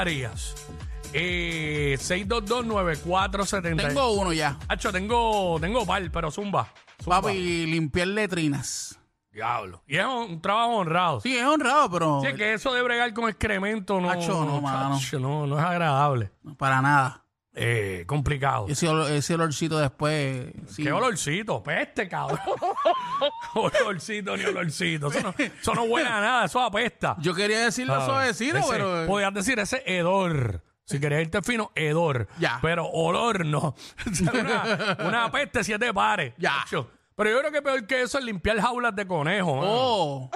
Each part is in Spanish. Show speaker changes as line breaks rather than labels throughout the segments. harías? Eh, 6229470.
Tengo uno ya.
Hacho, tengo, tengo par, pero zumba. zumba.
Papi, limpiar letrinas.
Diablo. Y es un, un trabajo honrado.
Sí, es honrado, pero
Sí, es que eso de bregar con excremento no,
Hacho, no, mano.
chacho, no, no es agradable.
para nada.
Eh, complicado.
Ese, olor- ese olorcito después. sí.
Qué olorcito, peste, cabrón. olorcito ni olorcito. Eso no, eso no huele a nada, eso apesta.
Yo quería decirlo suavecito,
Ese-
pero. eh,
Podías decir ese hedor. Si querías irte fino, hedor.
Ya.
Pero olor no. O sea, una, una peste siete pares.
Ya.
Hacho. Pero yo creo que peor que eso es limpiar jaulas de conejo. mano.
Oh,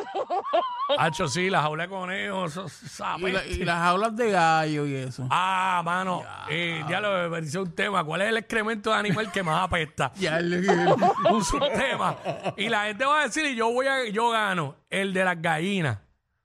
Hacho, sí, las jaulas de conejo, eso es esa
y, la-
peste.
y las jaulas de gallo y eso.
Ah, mano, eh, ya lo me pareció un tema. ¿Cuál es el excremento de animal que más apesta?
Ya, el-
un subtema. Y la gente va a decir, y yo voy a, yo gano, el de las gallinas.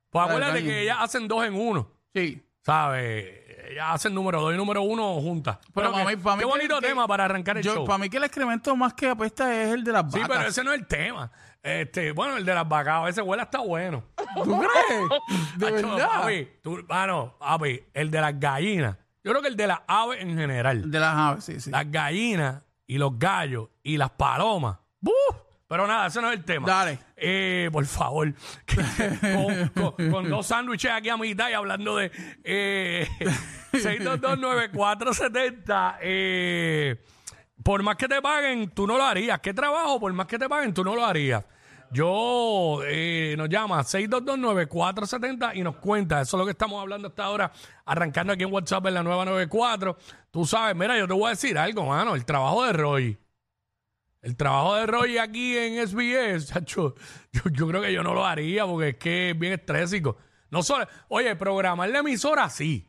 Pues
Las
acuérdate
gallinas.
que ellas hacen dos en uno.
sí.
¿Sabes? Ellas hacen número dos y número uno juntas. Pero
Pero pa'
qué,
mí- pa' mí
qué
que-
bonito
que-
tema para arrancar el show.
Yo, para mí que el excremento más que apesta es el de las
sí,
vacas.
pero ese no es el tema. Este, bueno, el de las vacas, a veces huele está bueno.
¿Tú crees? De
Acho,
verdad.
papi, tú, mano, papi, el de las gallinas. Yo creo que el de las aves en general.
De las aves, sí, sí.
las gallinas y los gallos y las palomas. ¡Buf! Pero nada, ese no es el tema.
Dale.
Eh, por favor. con, con- con dos sándwiches aquí a mitad y hablando de eh, 6229470. Eh, por más que te paguen, tú no lo harías. ¿Qué trabajo? Por más que te paguen, tú no lo harías. Yo eh, nos llama 6229470 y nos cuenta. Eso es lo que estamos hablando hasta ahora, arrancando aquí en WhatsApp en la nueva 94. Tú sabes, mira, yo te voy a decir algo, mano. El trabajo de Roy. El trabajo de Roy aquí en SBS, chacho, yo, yo creo que yo no lo haría porque es que es bien estrésico. No solo, oye, programar la emisora sí.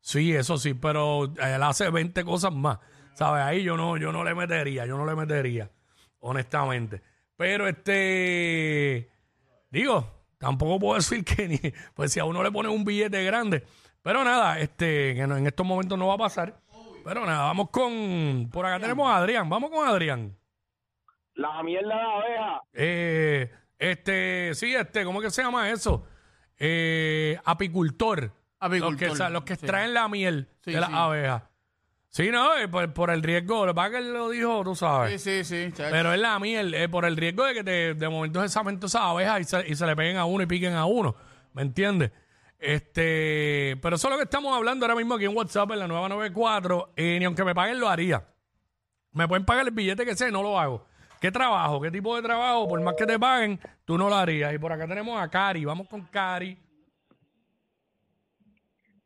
Sí, eso sí, pero él hace 20 cosas más. ¿Sabes? Ahí yo no, yo no le metería, yo no le metería, honestamente. Pero este, digo, tampoco puedo decir que ni, pues si a uno le ponen un billete grande. Pero nada, este, que no- en estos momentos no va a pasar. Pero nada, vamos con, por acá tenemos a Adrián, vamos con Adrián.
La mierda de abeja.
Eh, este, sí, este, ¿cómo que se llama eso? Eh, apicultor.
Apicultor,
Los que, sa- los que
sí.
extraen la miel
Sí,
de las
sí.
abejas. Sí, no, eh, por, por el riesgo. Lo que pasa es que él lo dijo, tú sabes.
Sí, sí, sí. chacho.
Pero es la miel, eh, por el riesgo de que te- de momento se saben todas esas abejas y se, y se le peguen a uno y piquen a uno. ¿Me entiendes? Este, pero eso es lo que estamos hablando ahora mismo aquí en WhatsApp, en la nueva 94. eh, ni aunque me paguen, lo haría. Me pueden pagar el billete que sea, y no lo hago. ¿Qué trabajo? ¿Qué tipo de trabajo? Por más que te paguen, tú no lo harías. Y por acá tenemos a Cari. Vamos con Cari.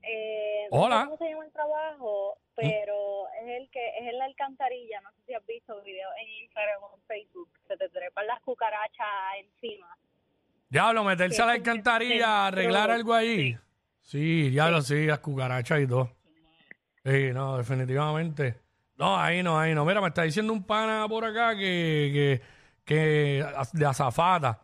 Eh,
Hola.
No sé cómo se llama el trabajo, pero es el que es en la alcantarilla. No sé si has visto videos en Instagram o en Facebook. Se te trepan las cucarachas encima.
Diablo, meterse a la
Sí, sí, sí.
alcantarilla, arreglar algo allí. Sí, diablo, sí, las cucarachas y todo. Sí, no, definitivamente. No, ahí no, ahí no. Mira, me está diciendo un pana por acá que, que, que az- de azafata.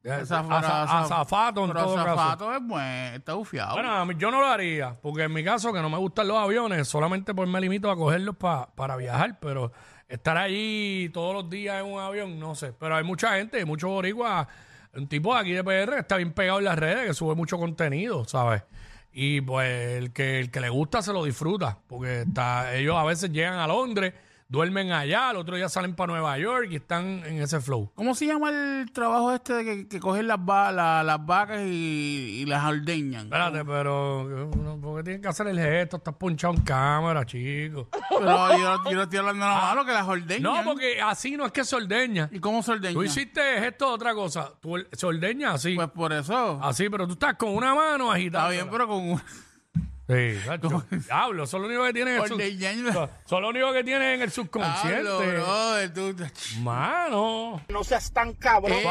De
Esa-
aza-
esa-
azafato en
pero
todo caso.
azafato es bueno, está ufiado.
Bueno, a mí- yo no lo haría, porque en mi caso, que no me gustan los aviones, solamente pues me limito a cogerlos pa- para viajar, pero estar allí todos los días en un avión, no sé. Pero hay mucha gente, hay muchos boricuas, un tipo de aquí de PR que está bien pegado en las redes, que sube mucho contenido, ¿sabes? Y pues el que, el que le gusta se lo disfruta, porque está, ellos a veces llegan a Londres, duermen allá, al otro día salen para Nueva York y están en ese flow.
¿Cómo se llama el trabajo este de que, que cogen las, va- la- las vacas y, y las ordeñan?
Espérate, pero ¿por qué tienen que hacer el gesto? Estás ponchado en cámara, chico.
Pero yo, no- yo no estoy hablando nada malo, que las ordeñan.
No, porque así no es que se ordeña.
¿Y cómo se ordeñan?
Tú hiciste esto otra cosa. Tú or- se ordeña así.
Pues por eso.
así, pero tú estás con una mano
está
agitada.
bien, pero con un
Sí, chacho. Diablo, son lo único que tienen en el sub-
ordeñan. Diablo,
son lo único que tienen en el subconsciente.
brother, tú-
Mano.
No seas tan cabrón.
Ey,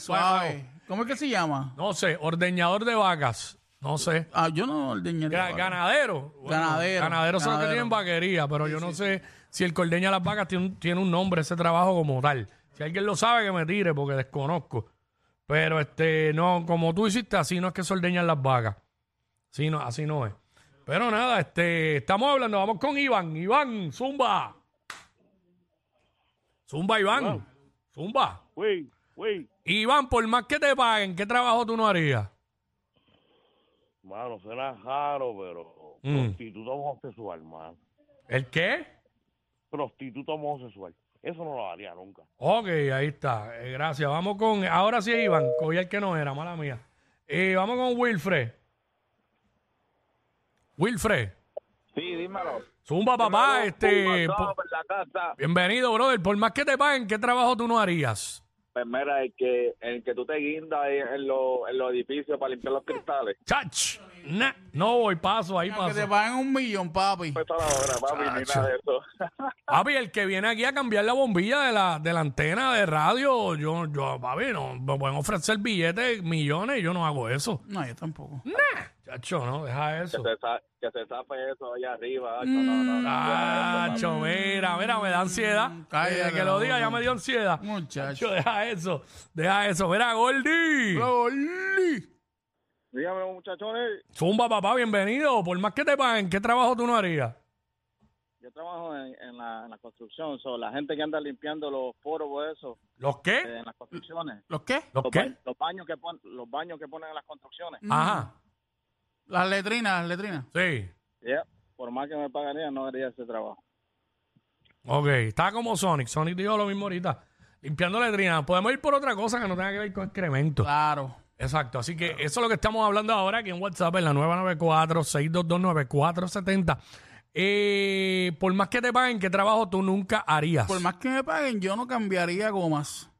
suave, suave,
¿Cómo es que se llama?
No sé, ordeñador de vacas. No sé.
Ah, yo no ordeñaría.
Ga-
vacas.
Ganadero. Bueno,
Ganadero,
Ganaderos son los que
ganadero.
tienen vaquería, pero yo no sé si el que ordeña las vacas tiene un, tiene un nombre, ese trabajo como tal. Si alguien lo sabe, que me tire, porque desconozco. Pero este, no, como tú hiciste, así no es que se ordeñan las vacas. Así no, así no es. Pero nada, este, estamos hablando, vamos con Iván. Iván, Zumba. Zumba, Iván. Zumba.
Uy, uy.
Iván, por más que te paguen, ¿qué trabajo tú no harías?
Mano, suena raro, pero
Mm.
prostituta homosexual, mano.
¿El qué?
Prostituta homosexual. Eso no lo haría nunca.
Ok, ahí está. Eh, gracias. Vamos con. Ahora sí, Iván. Cogí el que no era, mala mía. Eh, vamos con Wilfred. Wilfred.
Sí, dímelo.
Zumba, papá. Este, po-
en la casa.
bienvenido, brother. Por más que te paguen, ¿qué trabajo tú no harías?
Pues mira, el que, el que tú te guindas ahí en, los- en los edificios para limpiar los cristales.
Chach. Nah, no voy, paso, ahí
Que te
paso.
paguen un millón, papi.
Pues toda la hora, papi, ni
Chacho.
nada de eso.
Papi, el que viene aquí a cambiar la bombilla de la, de la antena de radio, yo, yo, papi, no, me pueden ofrecer billetes, millones, yo no hago eso.
No, yo tampoco.
Nah, chacho, no, deja
que,
eso.
se, sa- que se tape eso allá arriba. chacho, no, no, no,
Ah,
no, no, no, no.
mira, mira, me da ansiedad.
cállate,
Desde que lo diga, ya
no.
me dio ansiedad.
Muchacho.
Yo, deja eso, deja eso. Mira, Gordy.
Oli.
Dígame, muchachones,
Zumba, papá, bienvenido. Por más que te paguen, ¿qué trabajo tú no harías?
yo trabajo en, en la, en la construcción. So, la gente que anda limpiando los poros o eso,
¿Los
eh,
qué?
en las construcciones.
¿Los qué?
¿Los
Los,
qué?
ba- los baños que pon- los baños que ponen en las construcciones.
Ajá,
Mm. Las letrinas, las letrinas.
sí.
Yeah. Por más que me pagarían, no haría ese trabajo.
Ok, está como Sonic. Sonic dijo lo mismo ahorita. Limpiando letrinas. Podemos ir por otra cosa que no tenga que ver con excremento.
Claro.
Exacto, así que eso es lo que estamos hablando ahora aquí en WhatsApp, en la 994-622-9470. Eh, por más que te paguen, ¿qué trabajo tú nunca harías?
Por más que me paguen, yo no cambiaría gomas.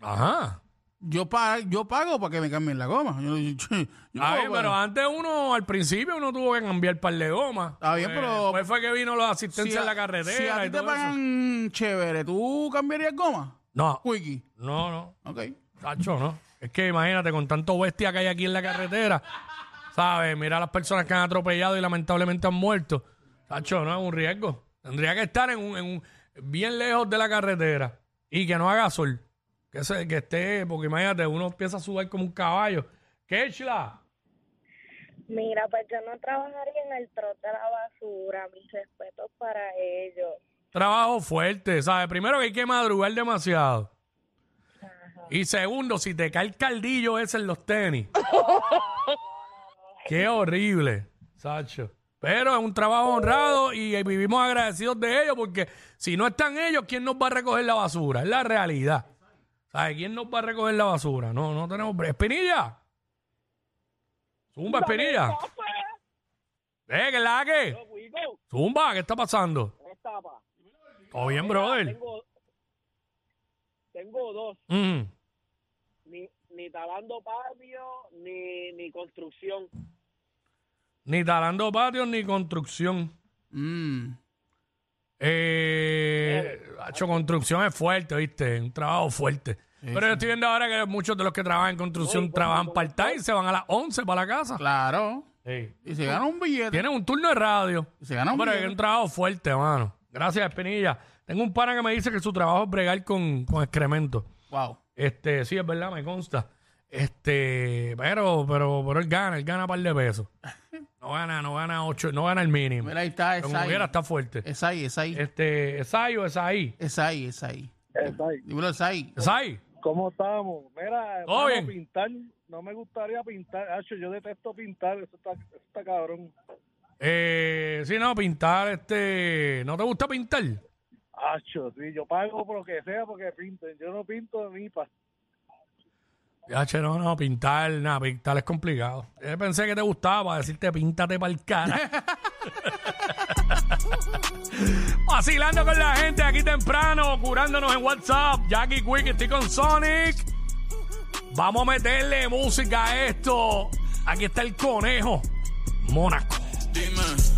Ajá.
Yo, pa- yo pago para que me cambien la goma. Yo, yo- yo- yo
Ay,
pago
pero
para-
antes uno, al principio, uno tuvo que cambiar par de gomas.
Está bien,
Pues,
pero-
Después fue que vino los asistencias
a-
en la carretera
si a ti
y
te
todo eso.
pagan chévere, ¿tú cambiarías goma?
No,
Wiki.
no, no.
Ok.
Tacho, no. Es que imagínate, con tanto bestia que hay aquí en la carretera, ¿sabes? Mira las personas que han atropellado y lamentablemente han muerto. Tacho, no es un riesgo. Tendría que estar en un, en un- bien lejos de la carretera y que no haga sol. Que, se, que esté, porque imagínate, uno empieza a sudar como un caballo. ¡Quechla!
Mira, pues yo no trabajaría en el trote de la basura, mis respetos para ellos.
Trabajo fuerte, ¿sabes? Primero que hay que madrugar demasiado. Y segundo, si te cae el caldillo ese en los tenis. Qué horrible, Sacho. Pero es un trabajo honrado y eh, vivimos agradecidos de ellos porque si no están ellos, ¿quién nos va a recoger la basura? Es la realidad. ¿Sabes? ¿Quién nos va a recoger la basura? No, no tenemos... bre- ¡Espinilla! ¡Zumba, Espinilla! ¡Eh, que la que! ¡Zumba! ¿Qué está pasando? Todo bien, brother.
Tengo, tengo dos,
Mm.
ni, ni talando patio, ni, ni construcción.
Ni talando patios ni construcción.
Mm.
Eh, hacho, construcción es fuerte, ¿viste? Es Un trabajo fuerte. Pero yo estoy viendo ahora que muchos de los que trabajan en construcción trabajan part-time y se van a las 11 para la casa.
Claro.
Sí.
Y se gana un billete.
Tienen un turno de radio.
Y se gana un
Pero es
billete.
un trabajo fuerte, mano. Gracias, Espinilla. Tengo un pana que me dice que su trabajo es bregar con, con excremento.
Wow.
Este, sí, es verdad, me consta. Este, pero, pero, pero él gana, él gana un par de pesos. No gana, no gana ocho, no gana el mínimo.
Mira, ahí está, es
Como
ahí.
quiera, está fuerte.
Es ahí, es ahí.
Este, Esai o Esai.
Es ahí, es ahí. Dímelo, es ahí.
Esai.
¿Cómo estamos? Mira,
Todo
mano,
bien.
pintar, no me gustaría pintar, Acho, yo detesto pintar, eso está, eso está cabrón.
Eh, sí, no, pintar, este. ¿No te gusta pintar?
Acho, sí, yo pago por lo que sea porque pinten, yo no pinto ni pa.
Ya, che, no, no, pintar, nada, pintar es complicado. Yo pensé que te gustaba para decirte píntate para el cara. Vacilando con la gente aquí temprano, curándonos en WhatsApp. Jackie Quick, estoy con Sonic. Vamos a meterle música a esto. Aquí está el conejo. Mónaco.
Dime,